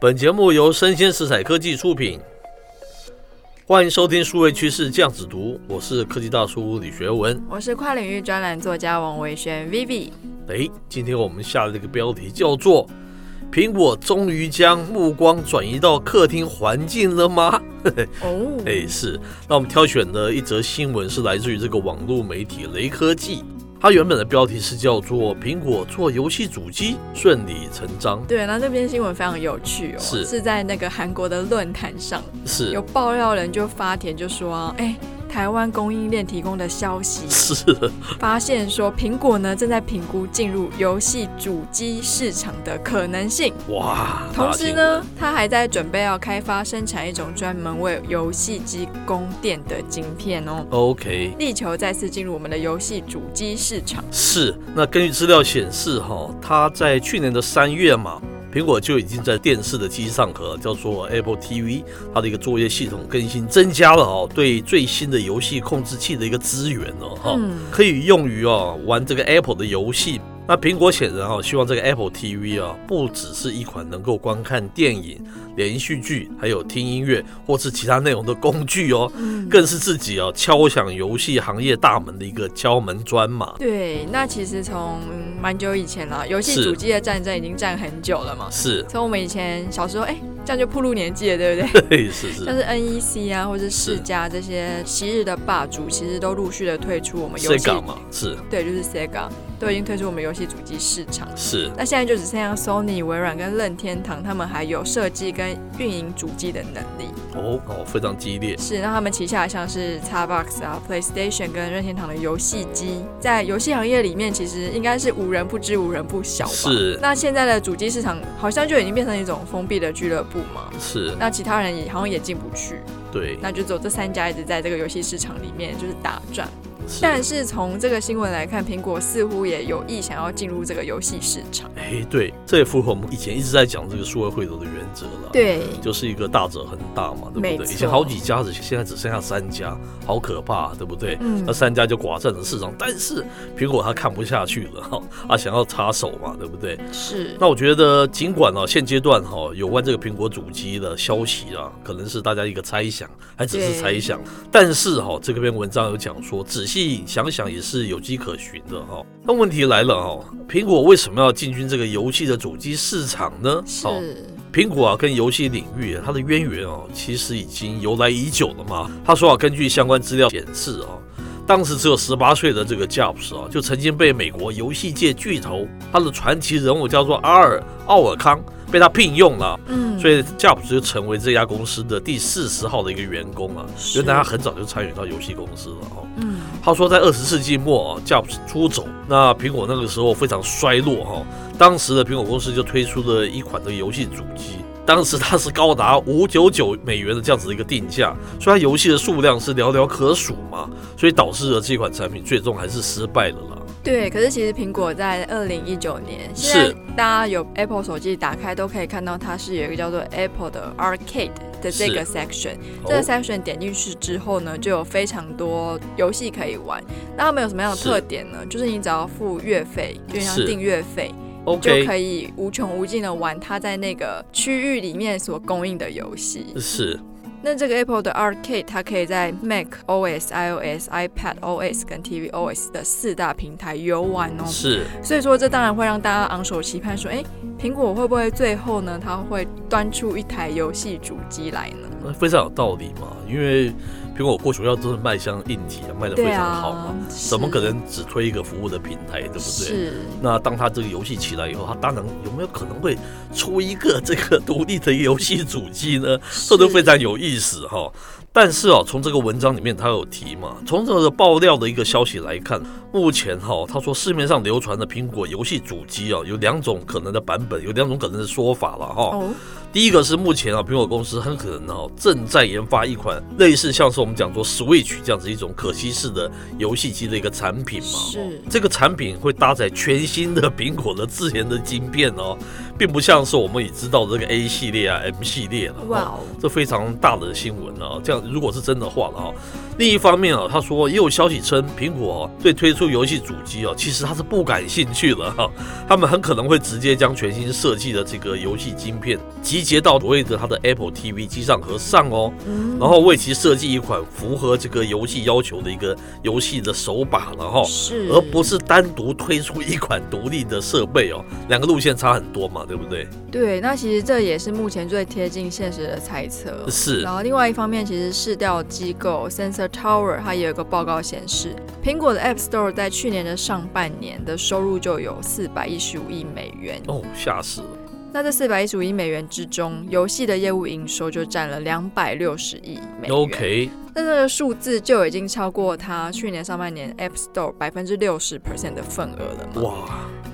本节目由生鲜食材科技出品，欢迎收听数位趋势酱子读，我是科技大叔李学文。我是跨领域专栏作家王维轩 Vivi。诶，今天我们下的这个标题叫做“苹果终于将目光转移到客厅环境了吗？”哦，哎，是。那我们挑选的一则新闻是来自于这个网络媒体雷科技，它原本的标题是叫做“苹果做游戏主机顺理成章对，那这篇新闻非常有趣哦，是在那个韩国的论坛上，”，是有爆料人就发帖就说啊，哎、台湾供应链提供的 消息 是发现说，苹果呢正在评估进入游戏主机市场的可能 性，哇。同时呢，它还在准备要开发生产一种专门为游戏机供电的晶片哦。 ，OK，力求再次进入我们的游戏主机市场。是，那根据资料显示，哈，它在去年的三月嘛，苹果就已经在电视的机上和叫做 Apple TV，它的一个作业系统更新，增加了哦对最新的游戏控制器的一个资源哦，哈、嗯可以用于哦玩这个 Apple 的游戏。那苹果显然哦，希望这个 Apple TV 啊，不只是一款能够观看电影、连续剧，还有听音乐或是其他内容的工具哦，嗯，更是自己哦敲响游戏行业大门的一个敲门砖嘛。对，那其实从嗯蛮久以前了，游戏是主机的战争已经战很久了嘛。是，从我们以前小时候，哎、这样就暴露年纪了，对不对？嘿，是是像是 NEC 啊，或是世是嘉这些昔日的霸主，其实都陆续的退出我们游戏， ，Sega 嘛，是对，就是 Sega 都已经退出我们游戏主机市场。是那现在就只剩下 Sony、微软跟任天堂，他们还有设计跟运营主机的能力。哦哦，非常激烈，是，那他们旗下像是 Xbox 啊、PlayStation 跟任天堂的游戏机，在游戏行业里面，其实应该是无人不知、无人不晓吧。。是那现在的主机市场好像就已经变成一种封闭的俱乐部嘛，是，那其他人也好像也进不去，对，那就只有这三家一直在这个游戏市场里面就是打转。是，但是从这个新闻来看，苹果似乎也有意想要进入这个游戏市场。哎，对，这也符合我们以前一直在讲这个数位汇流的原则了。。对，就是一个大者恒大嘛，对不没对？错以前好几家子，现在只剩下三家，好可怕、啊对不对？嗯那三家就寡占了市场，但是苹果它看不下去了哈，它想要插手嘛，对不对？是那我觉得，尽管哦，现阶段哈、有关这个苹果主机的消息啊，可能是大家一个猜想，还只是猜想。但是哈、这篇文章有讲说，仔细想想也是有迹可循的哈、那问题来了哦，苹果为什么要进军这个游戏的主机市场呢？哦，是，苹果啊跟游戏领域啊它的渊源哦，其实已经由来已久了嘛。他说啊，根据相关资料显示啊，当时只有十八岁的这个 Jobs 啊，就曾经被美国游戏界巨头，他的传奇人物叫做阿尔奥尔康，被他聘用了，嗯，所以 Jobs 就成为这家公司的第四十号的一个员工啊。是原来他很早就参与到游戏公司了哦。嗯，他说，在二十世纪末啊，Jobs 出走，那苹果那个时候非常衰落哈、当时的苹果公司就推出了一款的游戏主机，当时它是高达五九九美元的这样子的一个定价，虽然游戏的数量是寥寥可数嘛，所以导致了这款产品最终还是失败了啦。对，可是其实苹果在二零一九年，是现在大家有 Apple 手机打开都可以看到，它是有一个叫做 Apple 的 Arcade 的这个 section。这个哦， section 点进去之后呢，就有非常多游戏可以玩。那它们有什么样的是特点呢？就是你只要付月费，就像是订阅费，就 OK，可以无穷无尽的玩它在那个区域里面所供应的游戏。是那这个 Apple 的 Arcade 它可以在 Mac OS、iOS、iPad OS 跟 TV OS 的四大平台游玩哦。是所以说，这当然会让大家昂首期盼，说，哎，苹果会不会最后呢，它会端出一台游戏主机来呢？呃非常有道理嘛，因为苹果过主要都是卖相硬体啊，卖的非对常好啊嘛，，是怎么可？能只推一个服务的平台，对不对？是，那当他这个游戏起来以后，他当然有没有可能会出一个这个独立的游戏主机呢？这都非常有意思哈、但是哦，从这个文章里面他有提嘛，从这个爆料的一个消息来看，目前哈、他说市面上流传的苹果游戏主机哦，有两种可能的版本，有两种可能的说法了哈、哦，第一个是目前啊，苹果公司很可能哦正在研发一款类似像是我们讲说 Switch 这样子一种可惜式的游戏机的一个产品嘛。是哦这个产品会搭载全新的苹果的自研的晶片哦，并不像是我们已知道的这个 A 系列啊、M 系列了。哇哦哦，这非常大的新闻啊！这样如果是真的话了啊。另一方面啊，他说也有消息称，苹果、啊、对推出游戏主机啊，其实他是不感兴趣了哈、他们很可能会直接将全新设计的这个游戏晶片集结到所谓的它的 Apple TV 机上和上哦，嗯，然后为其设计一款符合这个游戏要求的一个游戏的手把了哈、是，而不是单独推出一款独立的设备哦，两个路线差很多嘛，对不对？对。那其实这也是目前最贴近现实的猜测。是然后另外一方面，其实市调机构 Sensor Tower 它也有一个报告显示，苹果的 App Store 在去年的上半年的收入就有四百一十五亿美元。哦，吓死了，那这四百一十五亿美元之中，游戏的业务营收就占了两百六十亿美元。 OK，那这个数字就已经超过它去年上半年 App Store 百分之六十 percent 的份额了嘛？哇，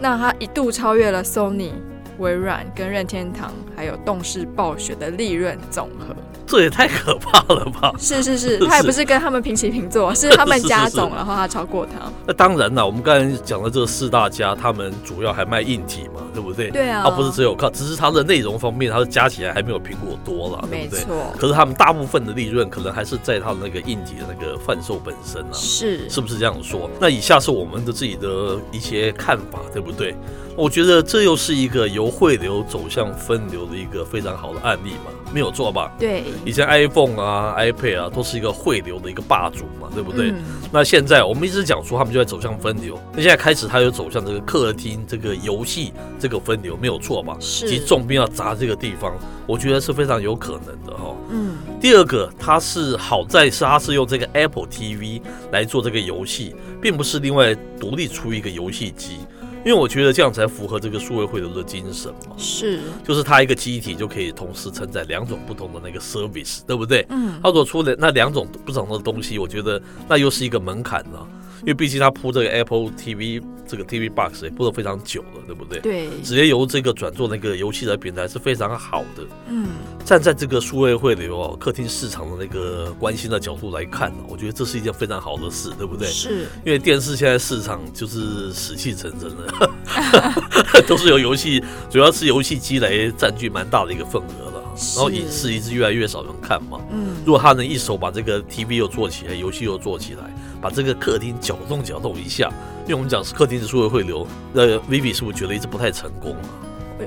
那它一度超越了 Sony、微软跟任天堂，还有动视暴雪的利润总和。这也太可怕了吧！ 是是是，它也不是跟他们平起平坐，啊是他们加总， 然后它超过它。那当然啦，我们刚才讲的这四大家，他们主要还卖硬体嘛，对不对？对啊，它不是只有靠，只是它的内容方面，它加起来还没有苹果多啦，对没不对？错，可是他们大部分的利润，可能还是在它那个硬体的那个贩售本身啊。是是不是这样说？那以下是我们的自己的一些看法，对不对？我觉得这又是一个由汇流走向分流的一个非常好的案例嘛，没有错吧？对，以前 iPhone 啊、iPad 啊，都是一个汇流的一个霸主嘛，对不对？嗯那现在我们一直讲说他们就在走向分流，那现在开始它又走向这个客厅、这个游戏这个分流，没有错吧？是其实重兵要砸这个地方，我觉得是非常有可能的哈、哦。嗯，第二个，它是好在是它是用这个 Apple TV 来做这个游戏，并不是另外独立出一个游戏机，因为我觉得这样才符合这个数位汇流的精神嘛。是，就是它一个机体就可以同时承载两种不同的那个 service，对不对？嗯，它所出的那两种不同的东西，我觉得那又是一个门槛了、因为毕竟它铺这个 Apple TV 这个 TV Box 也铺了非常久了，对不对？对，直接由这个转做那个游戏的平台是非常好的。嗯，站在这个数位汇流哦，客厅市场的那个关心的角度来看呢，我觉得这是一件非常好的事，对不对？是，因为电视现在市场就是死气沉沉的， 都是由游戏，主要是游戏机来占据蛮大的一个份额了。是然后影视一直越来越少人看嘛。嗯，如果他能一手把这个 TV 又做起来，游戏又做起来，把这个客厅搅动搅动一下，因为我们讲是客厅的数位汇流，那 Vivi 是不是觉得一直不太成功啊？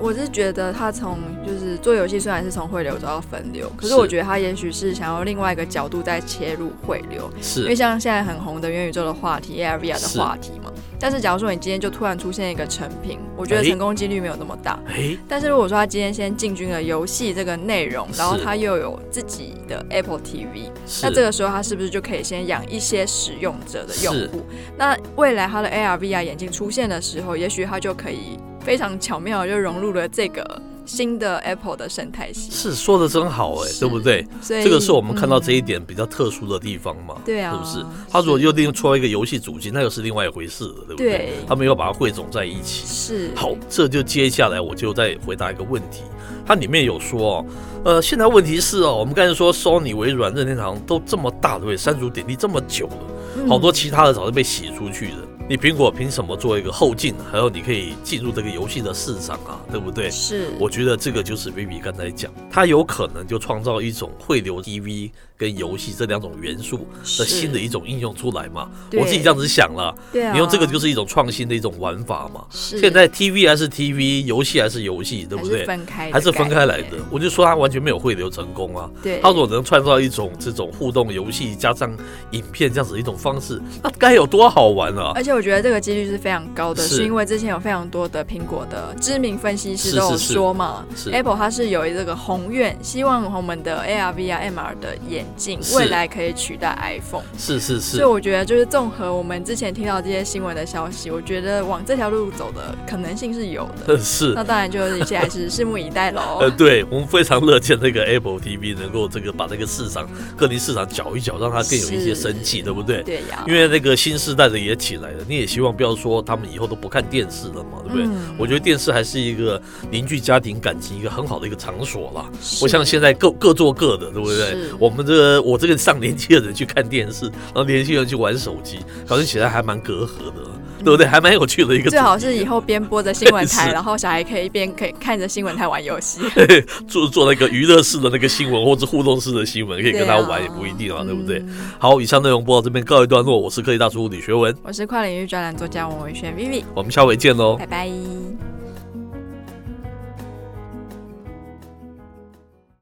我我是觉得他从就是做游戏虽然是从汇流走到分流，可是是我觉得他也许是想要另外一个角度再切入汇流，因为是像现在很红的元宇宙的话题、AR、VR 的是话题嘛。但是假如说你今天就突然出现一个成品，我觉得哎成功几率没有那么大。哎，但是如果说他今天先进军了游戏这个内容，是然后他又有自己的 Apple TV，是那这个时候他是不是就可以先养一些使用者的用是户？那未来他的 AR、VR 眼镜出现的时候，也许他就可以非常巧妙地就融入了这个新的 Apple 的生态系。是说的真好哎、是嗯对不对？所以这个是我们看到这一、一点比较特殊的地方嘛，对啊是不是？他如果又另出一个游戏主机，那又是另外一回事了，对不对？对他们要把它汇总在一起。是好，这就接下来我就再回答一个问题，它里面有说哦，呃，现在问题是哦，我们刚才说 Sony、微软、任天堂都这么大，对不对？三足鼎立这么久了，嗯好多其他的早就被洗出去了。你苹果凭什么做一个后进？还有你可以进入这个游戏的市场啊，对不对？是我觉得这个就是 Vivi 刚才讲，它有可能就创造一种汇流 TV 跟游戏这两种元素的是新的一种应用出来嘛。对我自己这样子想了，对啊，你用这个就是是一种创新的一种玩法嘛。是现在 TV 还是 TV，游戏还是游戏，对还不是对？分开的还是分开来概的念，。我就说它完全没有汇流成功啊。对，它如果能创造一种这种互动游戏加上影片这样子的一种方式，那该有多好玩啊！而且我觉得这个几率是非常高的，是是因为之前有非常多的苹果的知名分析师是都有是是说嘛是 a p p l e 它是有这个宏愿，希望我们的 AR、VR、MR 啊的眼镜是未来可以取代 iPhone。是是所是以，我觉得就是综合我们之前听到这些新闻的消息，我觉得往这条路走的可能性是有 的。是那。当然就是一切还是拭目以待喽。呃，对我们非常乐见这个 Apple TV 能够这个把这个市场各地市场搅一搅，让它更有一些是生气，对不对？对呀，因为那个新时代的也起来了，你也希望不要说他们以后都不看电视了嘛，对不对？嗯我觉得电视还是一个凝聚家庭感情一个很好的一个场所啦。是我像现在各各做各的，对不对是？我们这个我这个上年纪的人去看电视，然后年轻人去玩手机，搞得起来还蛮隔阂的。对不对？还蛮有趣的一个主题。嗯最好是以后边播着新闻台，是然后小孩可以一边可以看着新闻台玩游戏。 做做那个娱乐式的那个新闻，或者互动式的新闻，可以跟他玩也不一定啊，对不对？嗯好，以上内容播到这边告一段落，我是科技大叔李学文，我是跨领域专栏作家王维轩 Vivi，哦我们下回见喽。拜拜。